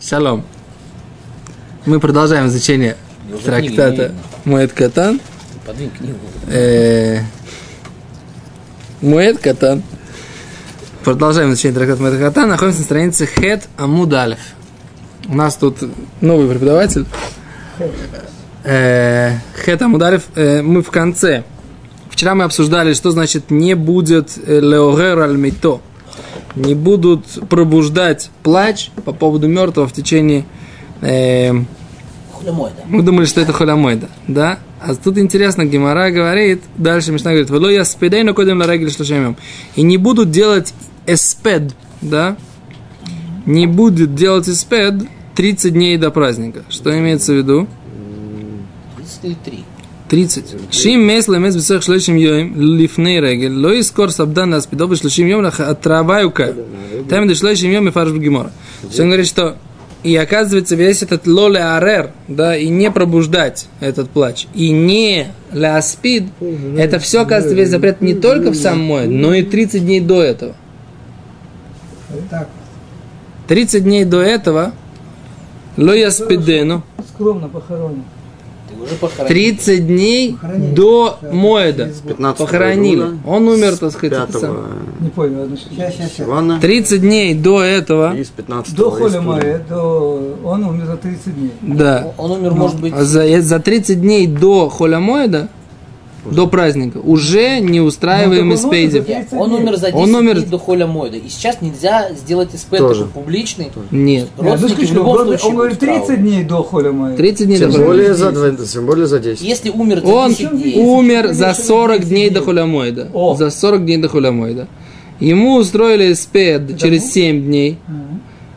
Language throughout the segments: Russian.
Шалом. Мы продолжаем изучение Неужели книги не трактата видно? Моэд Катан. Подвинь книгу. Э, Моэд Катан. Продолжаем изучение трактата Моэд Катан. Находимся на странице Хет Амуд Алеф. У нас тут новый преподаватель. Э, Хет Амуд Алеф. Э, Мы в конце. Вчера мы обсуждали, что значит не будет э, леорер альмито. Не будут пробуждать плач по поводу мертвого в течение э, Худомой, да? мы думали, что это холямойда, да? А тут интересно, Гемора говорит, дальше Мишна говорит, «Вело я спедай, но кодем ларагель шлашемем». И не будут делать эспед, да? Не будет делать эспед 30 дней до праздника. Что имеется в виду? 33. 30. Шим мес лемес бисех шлешим йоим лифней регель. Ло искор сабдан на спидов шлешим йом лах отраваюка. Там де шлешим йом и фарш бгемора. Он говорит, что и оказывается весь этот ло арер, да, и не пробуждать этот плач, и не леаспид, это все, оказывается, весь запрет не только в сам мой, но и 30 дней до этого. Вот так 30 дней до этого ло яспидену, скромно похоронен. Ты уже похоронил. 30 дней Похоронили. до Моэда. 15 Похоронили. Он умер, так сказать, это 5 самое. Не понял, значит, Сейчас, сейчас, сейчас, сейчас. Ивана 30 дней до этого, и с 15 До Холя Истуна. Мая, до... он умер за 30 дней. да, А Он- Он Ну, умер, может быть, за, за 30 дней до Холямоэда, до праздника, уже не устраиваем Ну, так он испейдим. может быть- 30 он дней. умер за 10 а Он умер- дней до Холя Мойда. И сейчас нельзя сделать СП Тоже. такой публичный. Нет. ну Родственники в Слушай, любом он, случае он говорит будут 30 правы. дней до Холя Мая. 30 дней Тем до более, праздника. за 20, тем более за 10. Если умер за Он 10 дней, умер за 40 дней до Холямоэда. О. За 40 дней до Холямоэда. Ему устроили спед через 7 дней.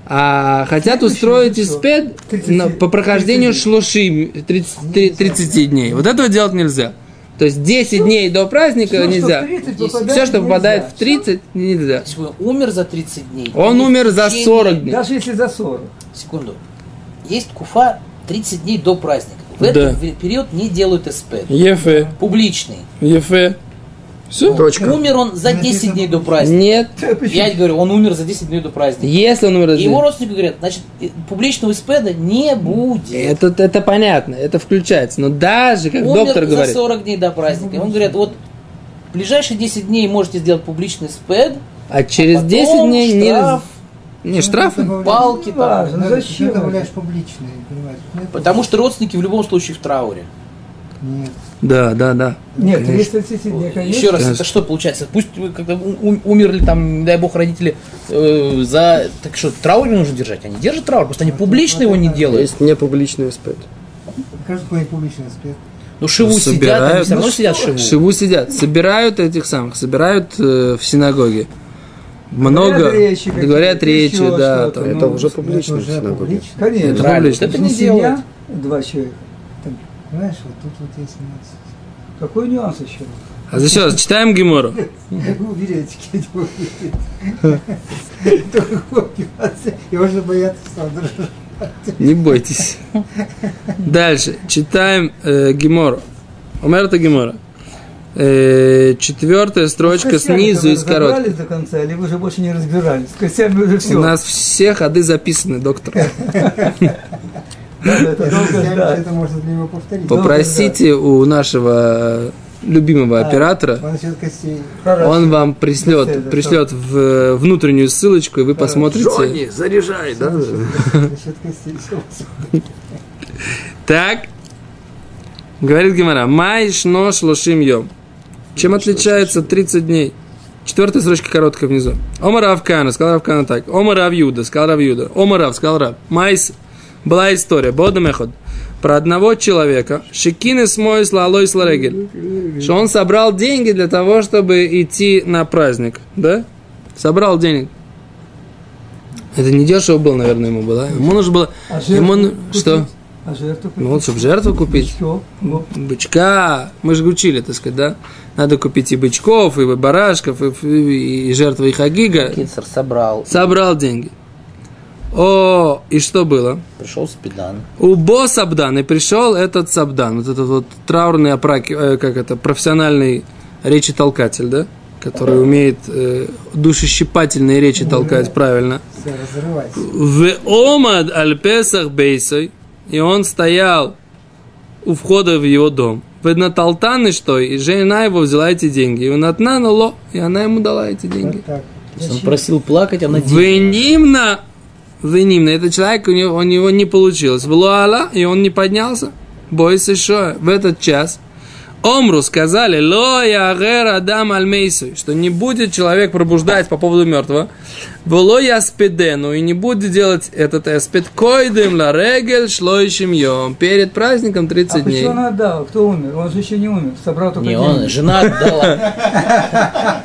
А хотят устроить число. испед 30 на- по прохождению 30 шлуши 30, 30 дней. Вот этого делать нельзя. То есть 10 дней до праздника Ну, Всё, что нельзя. в 30 Здесь попадает, Все, что попадает нельзя. в 30, нельзя. если вы умер за 30 дней... Он то умер в за течение- 40 дней. Даже если за 40. Секунду. Есть куфа 30 дней до праздника. В этот ве- период не делают СП. Ефе, Публичный. Ефе. Все? Точка. Умер он за 10 дней до праздника. Нет. Я говорю, он умер за 10 дней до праздника. Если он умер... И его родственники говорят, значит, и- публичного испеда не будет. Это, это понятно, это включается. Но даже, как Умер доктор за говорит, 40 дней до праздника. И он говорит, вот в ближайшие 10 дней можете сделать публичный спед, а через потом 10 дней не- штраф. не штрафы. Палки Не там. важно, Ну, зачем? Ты это? добавляешь публичные, понимаешь? Ну, Нет, Потому что родственники в любом случае в трауре. нет. Да, да, да. Нет, 30 дней, конечно. Еще раз, Э, это что получается? Пусть вы когда у- у- умерли там, не дай бог, родители э, за... Так что, траур не нужно держать? Они держат траур, просто они публично его не делают. Есть не публичный спит. Каждый какой публичный аспект. Ну, шиву Ну, сидят, собирают, они все равно ну, сидят шиву. Шиву сидят, собирают этих самых, собирают э, в синагоге. Много Говорят речи какие-то, говорят речи, еще да. ну, что-то, там. Это уже публичный в уже синагоге. публично. Конечно. Это Правильно. публично. Это не Если семья, делают. Два человека. Там Понимаешь, вот тут вот есть нюанс. какой нюанс еще? А еще раз, читаем Гемору. Ну, билетики эти вот. Только копиваться. Его же боятся сам дрожать. Не бойтесь. Дальше. Читаем э, Гемору. Умерта Гемора. Э, четвертая строчка С костями-то снизу вы из короткой. разобрались до конца, или вы уже больше не разбирались? С костями уже все. У нас все ходы записаны, доктор. Надо это долго ждать. Это можно для него повторить. Ну, Попросите у нашего э, любимого оператора. Он насчет костей. Хорошо. Он вам Это пришлет, да. пришлет в э, внутреннюю ссылочку, и вы посмотрите. Джонни, заряжай, да? Насчет костей. всё. Так, говорит Гимара, майш нож лошим йом. Чем отличается 30 дней? Четвертая строчка короткая внизу. Омар Авкана, сказал Авкана так. Омар Авьюда, сказал Авьюда. Омар Ав, сказал Рав. Майс, была история, Бодамехот, про одного человека, Шикины с Мойсла, Алойс Ларегель, что он собрал деньги для того, чтобы идти на праздник, да? Собрал денег. Это не дешево было, наверное, ему было. Ему нужно было... А жертву Ему... ну- купить? Что? А жертву купить? Ну, вот, чтобы жертву купить. Что? Ну, Бычка. Мы же учили, так сказать, да? Надо купить и бычков, и барашков, и, и, и жертвы, и хагига. Кицер собрал, Собрал деньги. О, и что было? пришел спидан. У Бо Сабдан, и пришел этот Сабдан, вот этот вот траурный опраки, э, как это, профессиональный речитолкатель, да? который умеет э, душещипательные речи толкать правильно. Все, разрывайся. В омад аль песах бейсой, и он стоял у входа в его дом. Веднаталтаны что, и жена его взяла эти деньги. И он ло, и она ему дала эти деньги. Вот так. То есть он просил плакать, а она деньги. Венимна, венимна, этот человек, у него, у него не получилось. Влуала, и он не поднялся. Бойся шо, в этот час. Омру сказали, ло ягер адам альмейсу, что не будет человек пробуждать по поводу мертвого. Вло яспидену, и не будет делать этот эспид. Койдем ла регель шло йом. Перед праздником А 30 дней. почему она отдала? Кто умер? Он же еще не умер. Собрал только Не, деньги. он, жена отдала.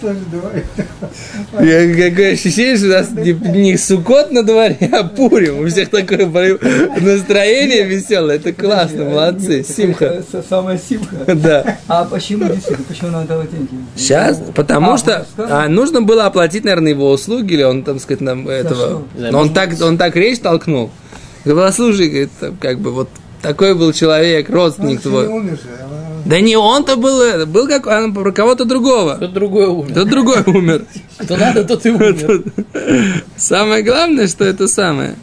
Слушай, давай. Я, какое ощущение, что у нас не, не сукот на дворе, а пурим. У всех такое прив- настроение веселое. Это классно, молодцы. Так Симха. это Э, с- Самая симха. Да. А почему действительно? Почему она отдала деньги? Сейчас, потому А, что скажи. а, нужно было оплатить, наверное, его услуги, или он, там сказать, нам этого. что? Да, Но он может так, он так речь толкнул. Говорит, послушай, говорит, там, как бы вот такой был человек, Он родственник еще не твой. умер же. а Да не он-то был, это, был как а, про кого-то другого. Кто другой умер. Кто другой умер. Кто надо, тот и умер. Самое главное, что это самое,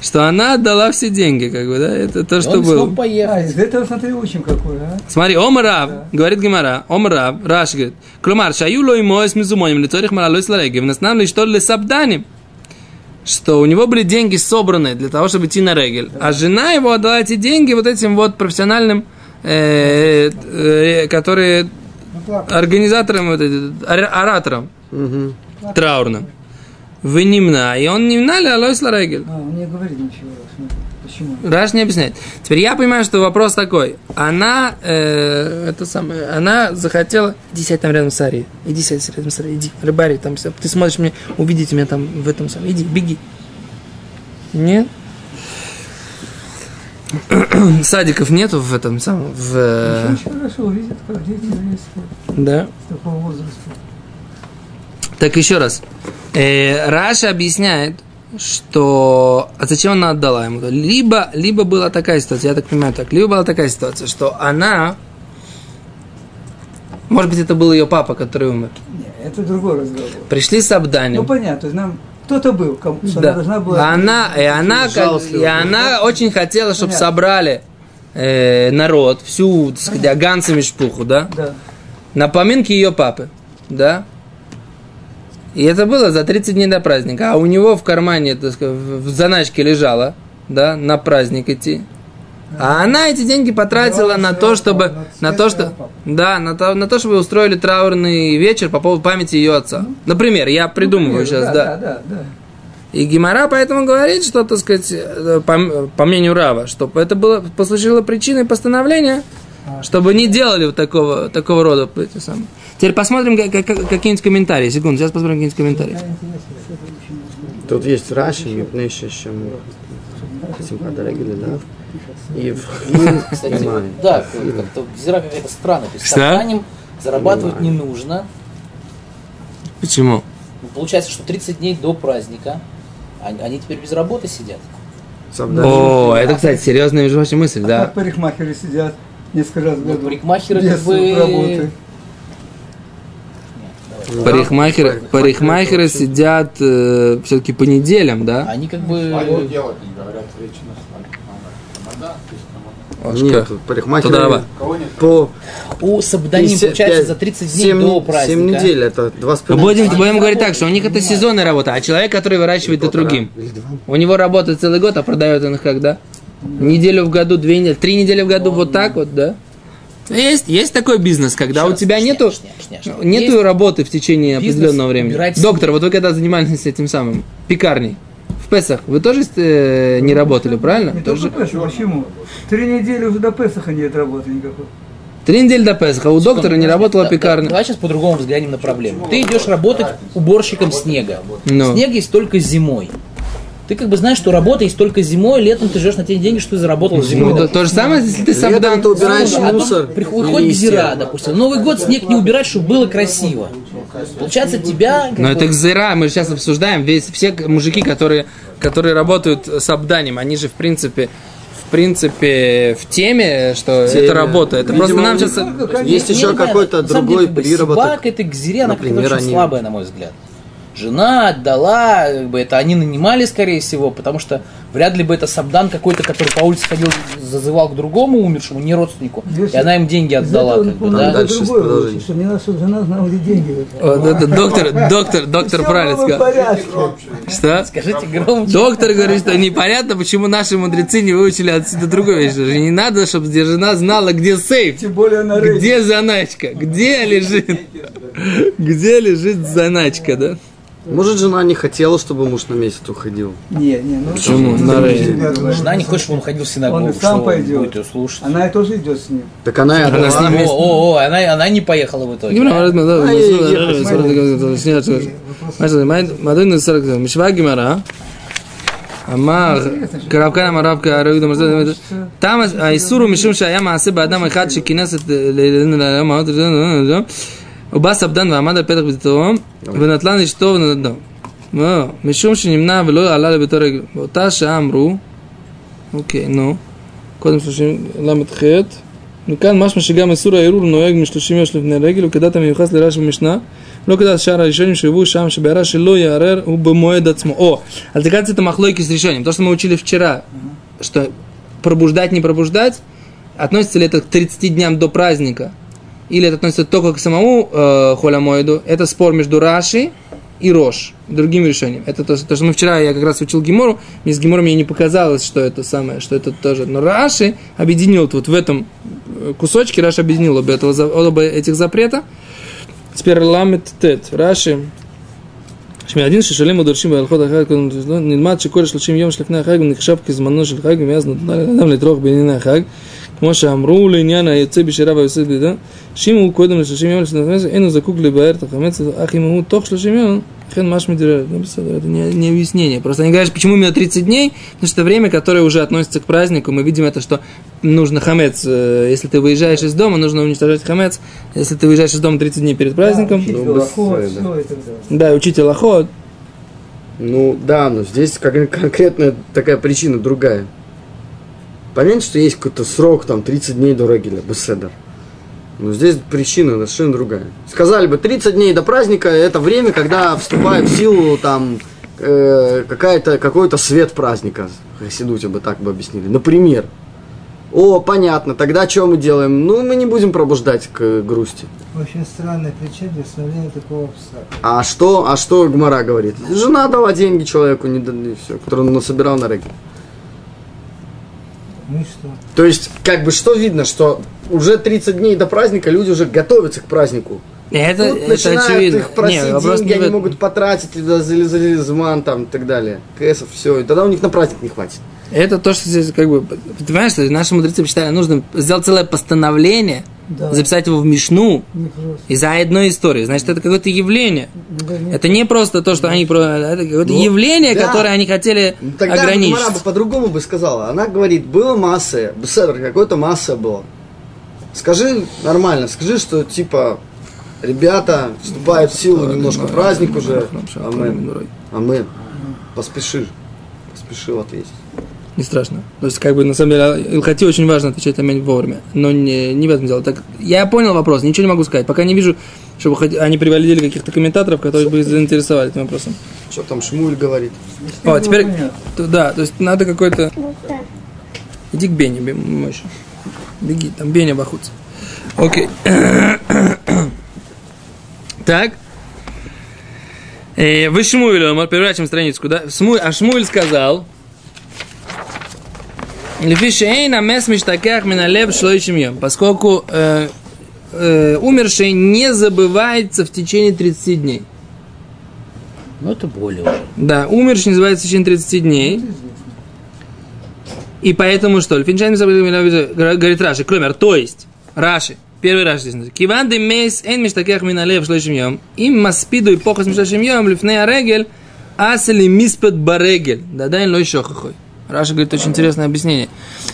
что она отдала все деньги, как бы, да, это то, что Он снова было. поехал. А, из этого, смотри, учим какую, а? Смотри, омрав, говорит Гимара, омрав, Раш говорит, клумар, шаю лой мой с мизумоним, лицорих маралой с лареги, в нас нам лишь то ли сабданим, что у него были деньги собраны для того, чтобы идти на регель, а жена его отдала эти деньги вот этим вот профессиональным, э, э, которые Ну, плакал. организатором, вот этот, ора- оратором траурным. Вы немна, и он немна ли Алойс Ларегель? А, он не говорит ну, ничего. смотри. Почему? Раш не объясняет. Теперь я понимаю, что вопрос такой. Она, э, это самое, она захотела... Иди сядь там рядом с Арией. Иди сядь рядом с Арией. Иди, рыбари там все. Ты смотришь меня, увидите меня там в этом самом. Иди, беги. Нет? Садиков нету в этом самом, в... э, Очень Ну, хорошо увидят, как дети близко Да. с такого возраста. Так еще раз. Э, Раша объясняет, что а зачем она отдала ему? Либо, либо была такая ситуация, я так понимаю так, либо была такая ситуация, что она, может быть, это был ее папа, который умер. Нет, это другой разговор. Пришли с Ну, обданием. понятно, то есть нам кто-то был, кому что она Да. должна А была... Ну, Она, и она, как- и она очень хотела, чтобы Понятно. собрали э, народ, всю, так сказать, аганцами шпуху, да? Да. На поминке ее папы, да? И это было за 30 дней до праздника. А у него в кармане, так сказать, в в заначке лежало, да, на праздник идти. А она эти деньги потратила на то, чтобы, на то, что, да, на то, на то, чтобы устроили траурный вечер по поводу памяти ее отца. Ну, Например, я придумываю сейчас, да. Да, да, да. И Гимара поэтому говорит, что, так сказать, э, по, по мнению Рава, что это было, послужило причиной постановления, чтобы не делали вот такого, такого рода эти самые. Теперь посмотрим ка- ка- ка- какие-нибудь комментарии. Секунду, сейчас посмотрим какие-нибудь комментарии. Тут есть Раши, Юпнейши, Шему. Симхадарегили, да? И в Кстати, Понимаю. вот, да, как-то зира какая-то странная. То есть Что? Сафраним зарабатывать не Понимаю. нужно. Почему? Ну, Получается, что 30 дней до праздника они, они теперь без работы сидят. Сабдане. О, это, кстати, серьезная, между прочим, мысль, А да. как парикмахеры сидят несколько раз в Ну, году. парикмахеры без как бы... работы. Парикмахеры, парикмахеры сидят все-таки по неделям, да? Они как бы... делать не говорят, речь у нас там, Тамада, то есть Тамада. Нет, тут парикмахеры. Тодорова. Кого нет? По У Сабданим, пятьдесят- получается, пять- за 30 дней семь- до праздника. Семь недель, это два с Мы будем, половиной. будем говорить так, что у них это сезонная работа, а человек, который выращивает это другим. Или два. У него работа целый год, а продает он их когда? Неделю в году, две недели, три недели в году, вот так вот, да? Есть, есть такой бизнес, когда А у Шня, тебя шня, нету, шня, шня, шня. нету работы в течение бизнес определенного времени. убирать Доктор, вот вы когда занимались этим самым пекарней в Песах, вы тоже э, не работали, правильно? Не Тоже. только Песах, почему? Три недели уже до Песаха нет работы никакой. Три недели до Песаха, у доктора не работала Да, да, пекарня. Давай сейчас по-другому взглянем на проблему. Ты идешь работать уборщиком снега. Ну. Снег есть только зимой. Ты как бы знаешь, что работа есть только зимой, летом ты живешь на те деньги, что ты заработал зимой. А Ну, то, то же самое, если ты сам Летом дан- ты убираешь Потом мусор. приход- Выходит листья. зира, допустим. Новый год снег не убирать, чтобы было красиво. Получается, тебя... как Но бы, Ну, это кзыра, мы сейчас обсуждаем весь, все мужики, которые, которые работают с обданием, они же, в принципе, в принципе, в теме, что теме. это работа. Это просто Видимо, нам сейчас... Есть Не, еще не знаю, какой-то на самом деле, другой как бы, приработок. Собака это гзиря, она как-то Например, очень они- слабая, на мой взгляд. Жена отдала, как бы это они нанимали, скорее всего, потому что вряд ли бы это Сабдан какой-то, который по улице ходил, зазывал к другому умершему, не родственнику, Если- и она им деньги отдала. Зато он как бы, помнит да. за Дальше Ну, другое продолжение. лучше, что мне надо, чтобы жена знала, где деньги. Вот это доктор, доктор, доктор правильно было в сказал. порядке. Что? Скажите громче. Доктор говорит, что непонятно, почему наши мудрецы не выучили отсюда другую вещь. Даже не надо, чтобы где жена знала, где сейф. Тем более она рейд. Где заначка? Где лежит? Где лежит заначка, да? ну Может, жена не хотела, чтобы муж на месяц уходил? Не, не, ну... Почему? На рейд. Жена не хочет, чтобы он ходил в синагогу, Он и сам что пойдет. будет ее слушать. Она и тоже идет с ним. Так она и Она с отдала. ним О, о, о, она, она не поехала в итоге. Мишва Гимара. אמר, רב כהנא אמר רב כהרב יהודה מרזל, טעם האיסור הוא משום שהיה מעשה באדם אחד שכינס את ליום האות, ובא סבדן ועמד על פתח ביתו, ונטלן אשתו ונתנו. לא, משום שנמנע ולא עלה לביתו רגל. באותה שעה אמרו, אוקיי, נו, קודם 30 ל"ח, מכאן משמע שגם איסור הערעור נוהג מ-30 יום לפני רגל, וכדת המיוחס לרש"י במשנה, לא כדת שאר הראשונים שהובאו שם, שבהערה שלא יערער הוא במועד עצמו. או, אז לקראת את המחלוקת с решением, то, что мы учили вчера, что пробуждать, не пробуждать, относится ли это к 30 дням до праздника, или это относится только к самому э, холямоиду, это спор между Раши и Рош, другим решением. Это то, что, то, что мы вчера, я как раз учил Гимору, мне с Гимором мне не показалось, что это самое, что это тоже. Но Раши объединил вот в этом э, кусочке, Раши объединил оба, этого, за- оба этих запрета. Теперь ламет тет. Раши שמהדין ששואלים עוד דורשים בהלכות החג קודם לתפילות, נלמד שכל שלושים יום שלפני החג הוא נחשב כזמנו של חג ומאז נתנה לאדם לטרוח בענייני החג כמו שאמרו לעניין היוצא בשאלה והיוצא בדידה שאם הוא קודם לשלושים יום לפני החמץ אין הוא זקוק לבאר את החמץ אך אם הוא תוך שלושים יום כן משמע דירה ну, בסדר, это не, не объяснение. Просто они говорят, почему именно 30 дней, потому что время, которое уже относится к празднику, мы видим это, что нужно хамец, э, если ты выезжаешь из дома, нужно уничтожать хамец, если ты выезжаешь из дома 30 дней перед праздником, Учить Ну, велоход, быстрее, да. все и так далее. да, учитель охот, Ну да, но здесь кон- конкретная такая причина другая. Понятно, что есть какой-то срок, там, 30 дней до Регеля, Беседер. Но здесь причина совершенно другая. Сказали бы, 30 дней до праздника – это время, когда вступает в силу там э, какая-то, какой-то свет праздника. Хасидуте бы так бы объяснили. Например. О, понятно, тогда что мы делаем? Ну, мы не будем пробуждать к грусти. Очень странная причина для установления такого обстоятельства. А что, а что Гмара говорит? Жена дала деньги человеку, не да- и все, который он насобирал на реке. Ну и что? То есть, как бы что видно, что уже 30 дней до праздника люди уже готовятся к празднику. это, Тут это начинают очевидно. их просить Не, вопрос деньги, не в они этом. могут потратить за залезман там и так далее. КСов, все. И тогда у них на праздник не хватит. Это то, что здесь, как бы, понимаешь, что наши мудрецы посчитали, нужно сделать целое постановление, Да. записать его в Мишну Непросто. из-за одной истории. Значит, это какое-то явление. Это не просто то, что они... про- Это какое-то Ну, явление, да. которое они хотели Ну, Тогда бы ограничить. Гмара бы по-другому бы сказала. Она говорит, было масса, беседр, какой-то масса была. Скажи нормально, скажи, что типа ребята вступают в силу немножко праздник уже. а Амен. Амен. Поспеши. Поспешил ответить. Не страшно. То есть, как бы, на самом деле, Илхати очень важно отвечать аминь вовремя. Но не, не в этом дело. Так, я понял вопрос, ничего не могу сказать. Пока не вижу, чтобы хоть они приводили каких-то комментаторов, которые бы заинтересовали этим вопросом. Что там Шмуль говорит? О, теперь, то- да, то есть надо какой-то... Иди к Бене, Бе- Мойша. Беги, там Беня бахутся. Окей. Так. Э, Вы Шмуэлю, мы переворачиваем страницу. Да? Сму- А Шмуэль сказал... Лифишейн амес миштаках миналев шлоичим йом». Поскольку э, э, умерший не забывается в течение 30 дней. Ну это более уже. Да, умерший называется в течение 30 дней. И поэтому что? Льфинчайн говорит Раши, Клюмер, то есть, Раши, первый Раши здесь. написано. Киван де мейс эн миштакех миналев шлэшим йом, им маспиду и похос мишлэшим йом, лифней арегель, асели миспет барегель, да да лой шохохой. Раши говорит очень интересное объяснение.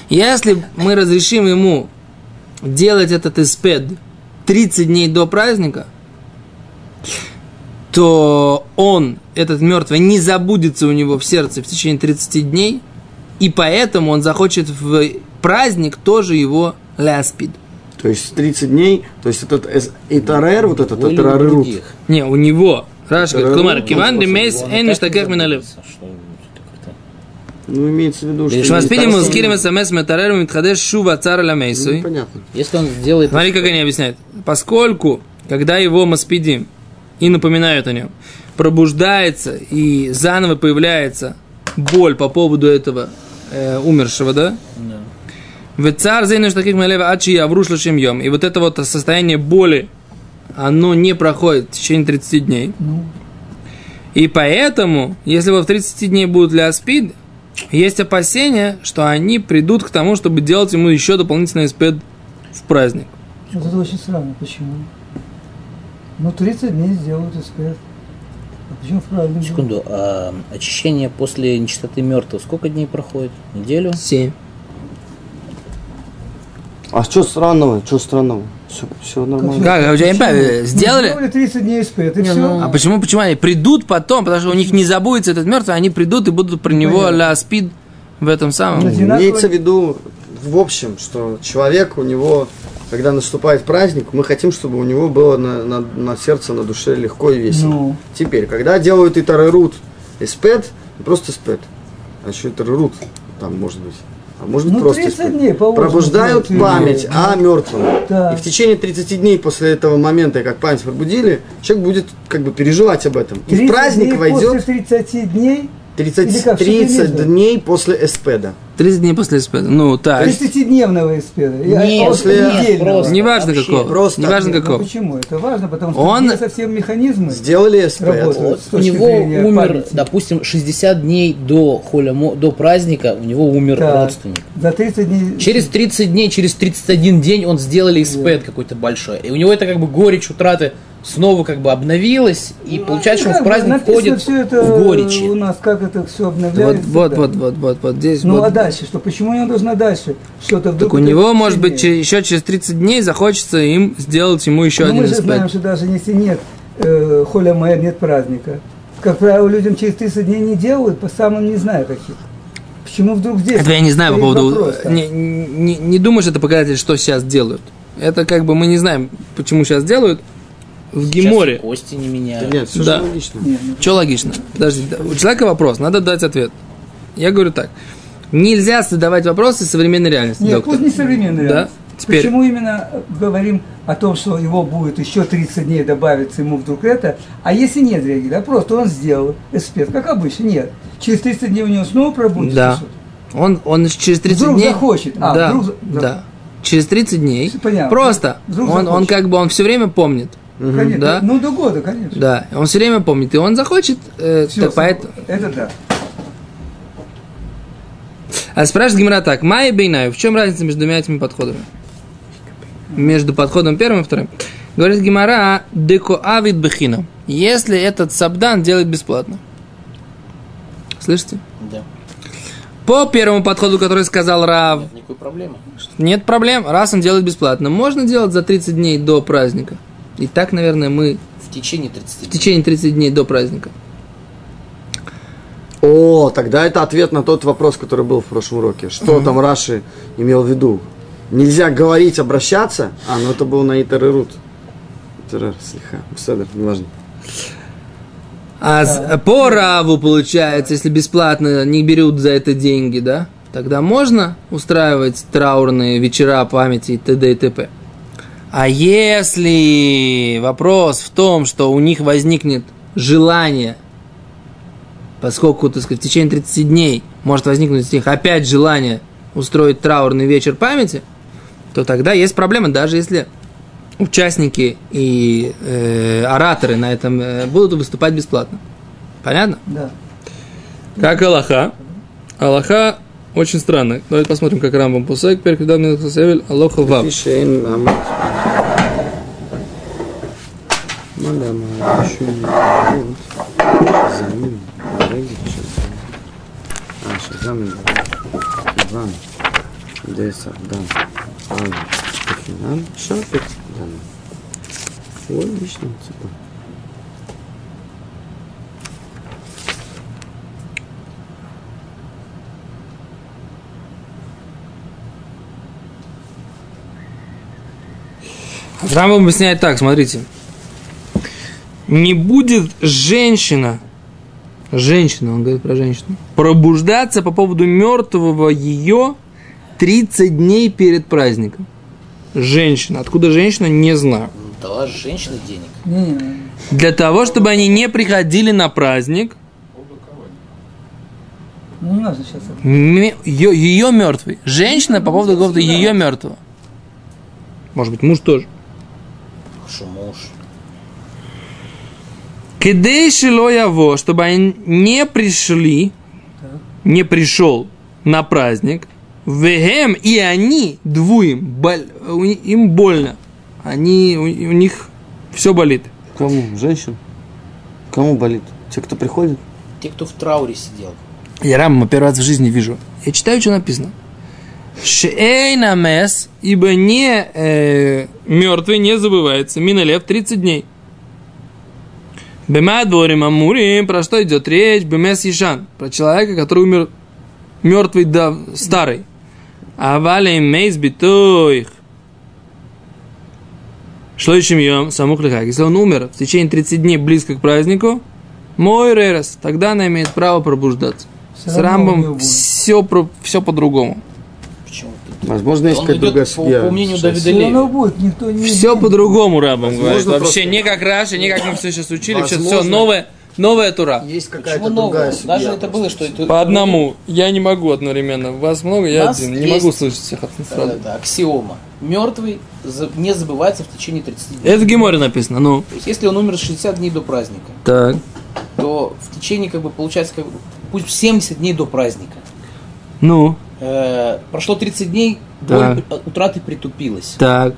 Если мы разрешим ему делать этот испед 30 дней до праздника, то он, этот мертвый, не забудется у него в сердце в течение 30 дней, И поэтому он захочет в праздник тоже его ляспид. То есть 30 дней, то есть этот эс- Итарер, вот этот Более Итарерут, других. Не, у него. Рашка говорит, Да, Клумар, ну, Киван де Мейс, Он и Эниш, так таких не миналев. занимается, что это ну имеется в виду, что... Шмаспидим, Итарер- Мускирим, СМС, Метарер, Митхадеш, Шува, Цара, Ля Ну, Мейсуй. понятно. как-то. Если он делает... Смотри, как они объясняют. Поскольку, когда его маспидим и напоминают о нем, пробуждается и заново появляется боль по поводу этого э, умершего, да? Да. В царь зейнеш таких мелева ачи я врушла йом. И вот это вот состояние боли, оно не проходит в течение 30 дней. Ну. И поэтому, если во в 30 дней будут ляспид, есть опасения, что они придут к тому, чтобы делать ему еще дополнительный спид в праздник. Вот это очень странно, почему? Ну, 30 дней сделают эксперт. А почему в правильном году? Секунду, а очищение после нечистоты мертвых сколько дней проходит? Неделю? 7. А что странного? Что странного? Все, нормально. Как? Я не понимаю, Ну, сделали? Сделали 30 дней эксперт, и все. А почему, почему они придут потом? Потому что у них не забудется этот мертвый, они придут и будут про него Понятно. Ну, ляспид в этом самом. Одинаково. Имеется в виду, в общем, что человек у него, когда наступает праздник, мы хотим, чтобы у него было на, на- на сердце, на душе легко и весело. Ну. Теперь, когда делают и тарарут, и спет, просто спет. А еще и тарарут там может быть. А может быть Ну, просто 30 спет. дней, по-моему, Пробуждают 30 память дней. о мертвом. Да. И в течение 30 дней после этого момента, как память пробудили, человек будет как бы переживать об этом. И в 30 праздник дней войдет После 30 дней, 30, Или как, 30 шопинизм? дней после эспеда. 30 дней после спида. Ну, так. 30-дневного эксперта. Нет, нет, просто. Неважно Вообще. какого. Просто. Неважно Ну, какого. почему? Это важно, потому что Он- не совсем механизмы. Сделали эспед. Работают. Вот С у точки него зрения умер, памяти. допустим, 60 дней до холя, Мо- до праздника у него умер Так. родственник. За 30 дней. Через 30 дней, через 31 день он сделали испэт какой-то большой. И у него это как бы горечь утраты снова как бы обновилась. И Ну, получается, что он в праздник входит все это в У горечи. нас как это все Вот, обновляется. вот, Ну, да. вот, вот, вот, вот здесь. Ну вот. а дальше что? Почему я должна дальше что-то вдруг Так у него, это может быть, сильнее? че- еще через 30 дней захочется им сделать ему еще Ну, один Мы же знаем, эспед. что даже если нет э, холя моя, нет праздника. Как правило, людям через 30 дней не делают, по самым не знаю каких. Почему вдруг здесь? Это я не знаю по Стоит поводу... вопрос, да. Не, не, не думаю, что это показатель, что сейчас делают. Это как бы мы не знаем, почему сейчас делают. В Сейчас Гиморе. Кости не меняют. Нет, все Да. же логично. Не, ну, Что логично? Подожди, да, у человека вопрос, надо дать ответ. Я говорю так. Нельзя задавать вопросы современной реальности, Нет, доктор. пусть не современный Да? реальность. Теперь- Почему именно говорим о том, что его будет еще 30 дней добавится ему вдруг это, а если нет реагида, да, просто он сделал эспет, как обычно, нет. Через 30 дней у него снова пробудется Да. что-то. Он, он через 30 Вдруг дней... захочет. А, да, вдруг за- да. Через 30 дней. Всё понятно. Просто. Вдруг он, он захочет. как бы, он все время помнит. Конечно, Да. ну до года, конечно. Да, он все время помнит, и он захочет. э, Всё, так поэт- Это да. А спрашивает Гимара так, Майя Бейнаю, в чем разница между двумя этими подходами? Между подходом первым и вторым. Говорит Гимара, деко авид бехина. Если этот сабдан делает бесплатно. Слышите? Да. По первому подходу, который сказал Рав, Нет никакой проблемы. нет проблем, раз он делает бесплатно. Можно делать за 30 дней до праздника. И так, наверное, мы В течение 30 в дней. течение 30 дней до праздника. О, тогда это ответ на тот вопрос, который был в прошлом уроке. Что там Раши имел в виду? Нельзя говорить, обращаться. А, ну это был на Итарерут. Итарер, слегка. Седер, неважно. А с- по раву получается, если бесплатно не берут за это деньги, да? Тогда можно устраивать траурные вечера памяти и т.д. и т.п. А если вопрос в том, что у них возникнет желание, поскольку, так сказать, в течение 30 дней может возникнуть у них опять желание устроить траурный вечер памяти, то тогда есть проблема, даже если участники и э, ораторы на этом э, будут выступать бесплатно. Понятно? Да. Как Аллаха. Аллаха очень странно. Давайте посмотрим, как Рамбам Пусек, перекидал мне Аллаха Вав. Фишейн, ам. Мадам, а еще не идет. Замин, дороги, Шазам. А, Шазам, да. Иван, Деса, Дан, Ан, Пекинан, Шапет, Дан. Логично, типа. Рамбам объясняет так, смотрите. Не будет женщина, женщина, он говорит про женщину, пробуждаться по поводу мертвого ее 30 дней перед праздником. Женщина. Откуда женщина, не знаю. Дала же женщина денег. Не, не, не. Для того, чтобы они не приходили на праздник, Ну, не важно сейчас это. ее мертвый. Женщина по поводу какого-то ее мертвого. Может быть, муж тоже. Хорошо, муж. Кедей шило яво, чтобы они не пришли, не пришел на праздник, вегем и они двуем, боль- у ни- им больно, они, у, у них все болит. Кому? Женщин? Кому болит? Те, кто приходит? Те, кто в трауре сидел. Я Рамма первый раз в жизни вижу. Я читаю, что написано. Шейна мес, ибо не э, мертвый не забывается. Минолев 30 дней. Бема дворим амурим, про что идет речь? Бемес ешан, про человека, который умер мертвый, да, старый. Авалей мейс битуих. Шлойшим йом самух лихак. Если он умер в течение 30 дней близко к празднику, мой ререс, тогда она имеет право пробуждаться. Всё С равно у неё Рамбом будет. все, про, все по-другому. Почему? Возможно, есть Он какая-то идет другая по- судья. по мнению Сейчас. Давида Всё Леви. равно будет, никто не... Все по-другому Рамбом Возможно, говорит. просто- Вообще не как Раши, не как мы все сейчас учили. Сейчас все Возможно. новое, новая тура. Есть Почему какая-то другая новое? судья. Даже это было, что это... По одному. Я не могу одновременно. Вас много, я Нас один. Не есть- могу слышать всех от- сразу. Это аксиома. Мертвый за- не забывается в течение 30 дней. Это в Геморе написано, ну. То есть, если он умер 60 дней до праздника, Так. то в течение, как бы, получается, как бы, пусть 70 дней до праздника. Ну, Э, прошло 30 дней, Да. боль при- утраты притупилась. так.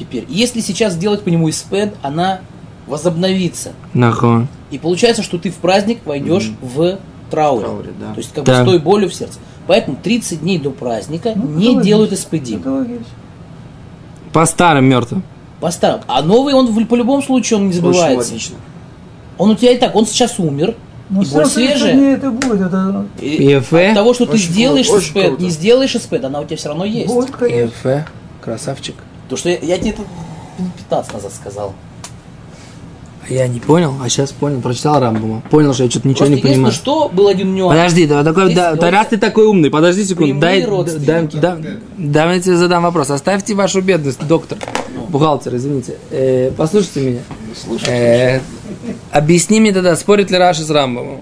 Теперь, если сейчас сделать по нему испед, она возобновится. Нахон. И получается, что ты в праздник войдешь в траур. Трауре, да. То есть, как Да. бы с той болью в сердце. Поэтому 30 дней до праздника Ну, не это делают логично, испедим. это логично. По старым мертвым. По старому. А новый он в- по любому случаю он не Очень забывается. логично. Он у тебя и так, он сейчас умер, Ну, и всё боль равно свежая. не это будет, это... И от того, что ты Очень кру- сделаешь очень спэд, круто. не сделаешь спэд, она у тебя все равно есть. Будет, конечно. Красавчик. То, что я, я тебе это минут 15 назад сказал. Я не понял, а сейчас понял. Прочитал Рамбома. Понял, что я что-то ничего Просто не единственное, понимаю. что был один нюанс. Подожди, да, такой, Здесь да, да делается- раз ты такой умный, подожди секунду, дай, Прямые да- да, родственники. да, да, я тебе задам вопрос. Оставьте вашу бедность, доктор, бухгалтер, извините. Э, послушайте меня. Э, объясни мне тогда, спорит ли Раши с Рамбомом?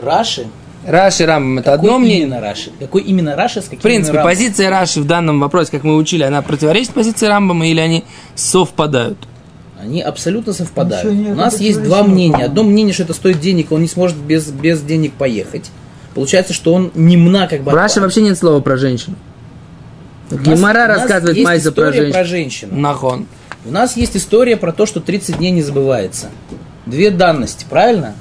Раши. Раши и Рамбом это одно какой мнение? именно Раши? Какой именно Раши, с каким В принципе, именно Рамбом? позиция Раши в данном вопросе, как мы учили, она противоречит позиции Рамбома или они совпадают? Они абсолютно совпадают. Ничего не У нас есть два противоречит. мнения. Одно мнение, что это стоит денег, он не сможет без, без денег поехать. Получается, что он немна как бы... В Раши вообще нет слова про женщину. Гемора рассказывает Майза про про женщину. женщину. Нахон. У нас есть история про то, что 30 дней не забывается. Две данности, правильно?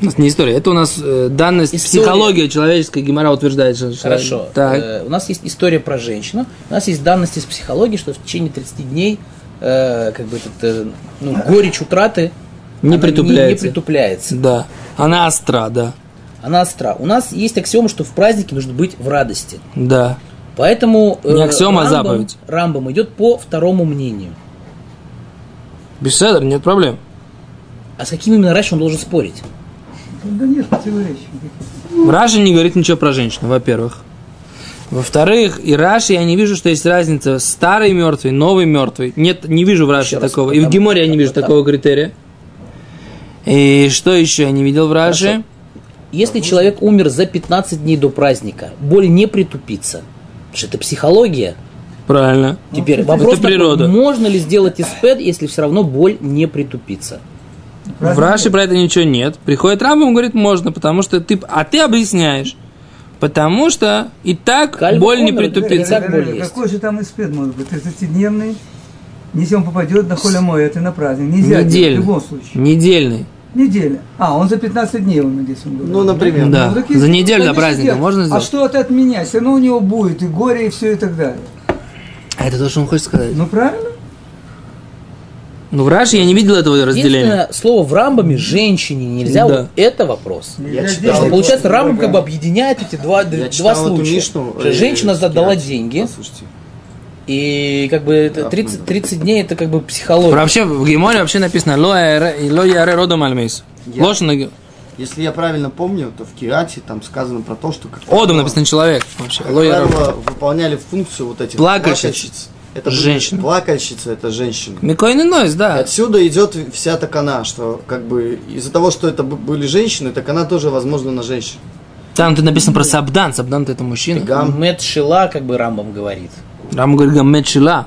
У нас не история, это у нас э, данность, История. психология человеческая, Гемора утверждает, что... что- Хорошо. Так, Э, у нас есть история про женщину. У нас есть данности из психологии, что в течение 30 дней э, как бы этот, э, ну, горечь утраты Не она притупляется. не притупляется. да. Она остра, да. Она остра. У нас есть аксиома, что в празднике нужно быть в радости. Да. Поэтому э, Не аксиома, а Рамбам- заповедь. Рамбам идет по второму мнению. Беседер, нет проблем. А с каким именно раньше он должен спорить? Да нет противоречий. Раши не говорит ничего про женщину, во-первых. Во-вторых, и Раши я не вижу, что есть разница старый мертвый, новый мертвый. Нет, не вижу в Раши Еще раз, такого. и в потому- Геморе я не вижу потому- такого критерия. И что еще я не видел в Раши? Хорошо. Если человек умер за 15 дней до праздника, боль не притупится. Потому что это психология. Правильно. Ну, Теперь это вопрос такой, природа. можно ли сделать испед, если все равно боль не притупится? В Раши про это ничего нет. Приходит Рамбам, говорит, можно, потому что ты... А ты объясняешь. Потому что и так Кальва боль не умер, притупится. да, так боль есть. Э, Какой же там испед может быть? 30-дневный? Если он попадет на холя мой, это на праздник. Нельзя делать в Недельный. любом случае. Недельный. Неделя. А, он за 15 дней, он, надеюсь, он А говорит. Ну, например. Да. так За и- неделю до конечно, праздника делать. можно А сделать? что это от меня? Все равно у него будет и горе, и все, и так далее. А это то, что он хочет сказать. Ну, правильно? Ну, в Раши я не видел этого разделения. Единственное слово в Рамбаме женщине нельзя. Да. Вот это вопрос. Ну, Я Нельзя читал. делать. Потому что, получается, Рамбам как бы объединяет эти два, Я два читал эту случая. Мишну, Что э, Женщина э, задала Кирилл, деньги, Послушайте. И как бы это 30, 30 дней это как бы психология. Вообще в Гиморе вообще написано «Ло яре- ло яре родом альмейс». Я- Ложь на... Если я правильно помню, то в Кирате там сказано про то, что... как Одом правило, написано человек вообще. как Ло яре родом. правило, выполняли функцию вот этих Плакальщиц. Это были- Женщин. Плакальщица – это женщина. Микойный нойс, да. Отсюда идет вся такана, что как бы из-за того, что это б- были женщины, такана тоже возможно на женщин. Там ты написано про Сабдан. Сабдан это мужчина. Гам. Мэтт Шила, как бы Рамбам говорит. Рама говорит «Гаммет шила».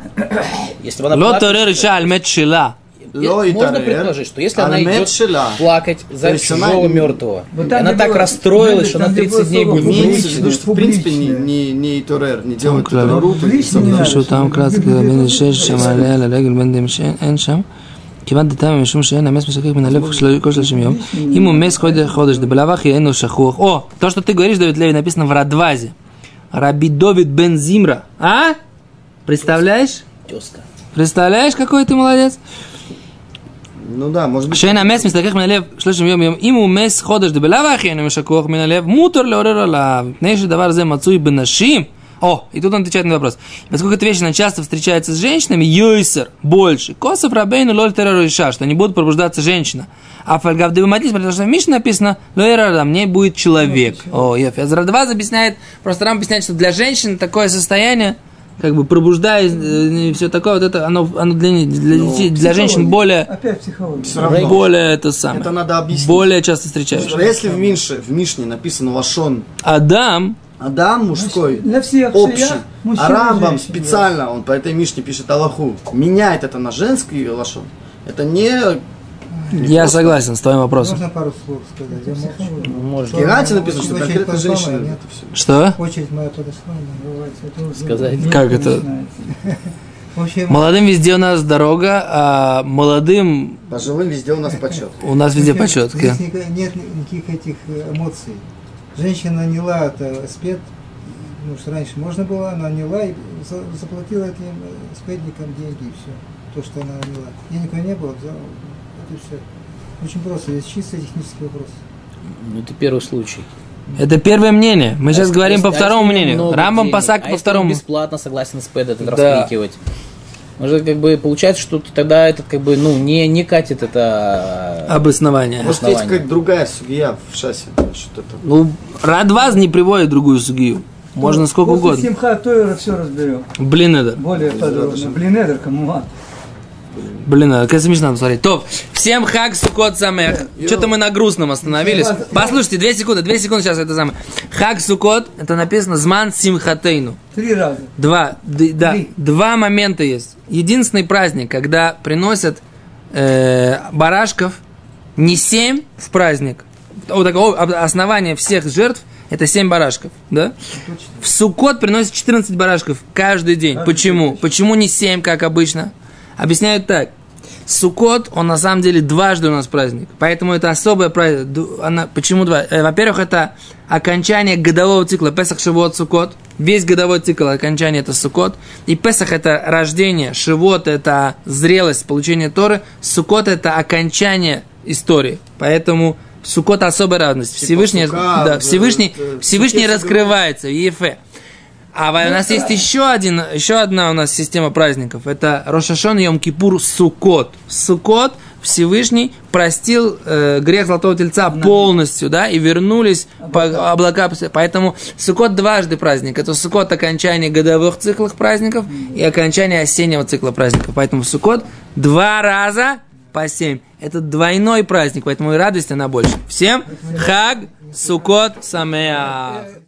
Если бы она Ло плакала, торер иша альмет шила. Е- Ло и Можно тарер. предположить, что если она Армет идет шела. плакать То за есть она- чужого мертвого, Вот там, она где так было- расстроилась, что там, она где 30 дней было будет слово мучиться. Имеется в виду, что в принципе не, Публичное. не, не Торер не делает клави. Тореру. Публично не надо. Что там кратко бен шеш шам аля аля легл бен дем шен эн шам. כמעט דתם משום שאין המס משחק מן הלב כל 30 יום, אם הוא מס חודש חודש, דבלאו אחי אין לו שכוח. או, то, что ты говоришь, Давид Леви, написано в Радвазе. Раби Довид бен Зимра. А? Представляешь? Тезка. Представляешь, какой ты молодец? Ну да, может быть. שאין המס מסתכך מן הלב 30 יום יום, אם הוא מס חודש דבלאו אחי אין משכוח מן הלב, מותר לעורר עליו, מפני שדבר זה מצוי בנשים. О, и тут он отвечает на вопрос. Поскольку эта вещь она часто встречается с женщинами, йойсер, больше. Косов рабейну лоль террору иша, что не будут пробуждаться женщина. А фальгав дебематис, потому что в Мишне написано, лойра мне будет человек. О, Еф, Эзра 2 объясняет, просто Рам объясняет, что для женщин такое состояние, как бы пробуждаясь, э, и все такое, вот это, оно, оно для, для, детей- для женщин более Опять психология. Всё равно. более это самое. Это надо объяснить. Более часто Что встречаешь. а Если в Минше, в Мишне написано Лашон Адам, Адам мужской, Для всех, что общий, ну, я, мужчина а и Рамбам женщина. специально, он по этой Мишне пишет Аллаху, меняет это на женский Лашон. Это не... я согласен с твоим вопросом. Можно пару слов сказать? Я могу? В Можно Герате ну, написано, что Очередь конкретно подошла, женщина. а нет? это всё. Что? Очередь моя подошла, но бывает, это уже- сказать. Как это? В общем, Молодым везде у нас дорога, а молодым Пожилым везде у нас почет. у нас везде в общем, почет. Здесь ника- нет никаких этих э, эмоций. Женщина наняла это спед, ну, что раньше можно было, она наняла и за- заплатила этим э, спедникам деньги, и все, то, что она наняла. Денег у неё не было, взяла, это все. Очень просто, здесь чисто технический вопрос. Ну, это первый случай. Это первое мнение. Мы сейчас А говорим если- по а если второму у него мнению. много Рамбам денег? Пасак А по если второму. он бесплатно согласен с пэд этот Да. раскрикивать. Может, как бы получается, что тогда этот как бы, ну, не, не катит это... Обоснование. Может, есть Основание. какая-то другая судья в шасе насчет этого. Ну, Радваз не приводит другую судью. Ну, Можно сколько После угодно. Симха Тойра все разберем. Блин, это. Более подробно. Блин, Эдер, кому Блин, а как смешно посмотреть. Топ. Всем хак, сукот, самех. Что-то мы на грустном остановились. Послушайте, две секунды, две секунды сейчас это самое. Хак, сукот, это написано зман симхатейну. Три раза. Два, д- да, Три. два момента есть. Единственный праздник, когда приносят э, барашков не семь в праздник. Вот такое о- об- основание всех жертв это семь барашков, да? В Суккот приносят 14 барашков каждый день. Почему? Почему не 7, как обычно? Объясняют так. Суккот, он на самом деле дважды у нас праздник. Поэтому это особое праздник. Ду- Она, почему два? Э, Во-первых, это окончание годового цикла. Песах, Шивот, Суккот. Весь годовой цикл окончания это Суккот. И Песах это рождение, Шивот это зрелость, получение Торы. Суккот это окончание истории. Поэтому Суккот особая радость. Всевышний, Сука, Типа да, вот, Всевышний, э, Всевышний Суккот раскрывается в Ефе. А во- у нас есть еще, один, еще одна у нас система праздников. Это Рошашон Йом Кипур Сукот. Сукот Всевышний простил э, грех Золотого Тельца полностью, да, и вернулись по облака. Поэтому Сукот дважды праздник. Это Сукот окончание годовых циклов праздников и окончание осеннего цикла праздников. Поэтому Сукот два раза по семь. Это двойной праздник, поэтому и радость она больше. Всем хаг, сукот, самеах.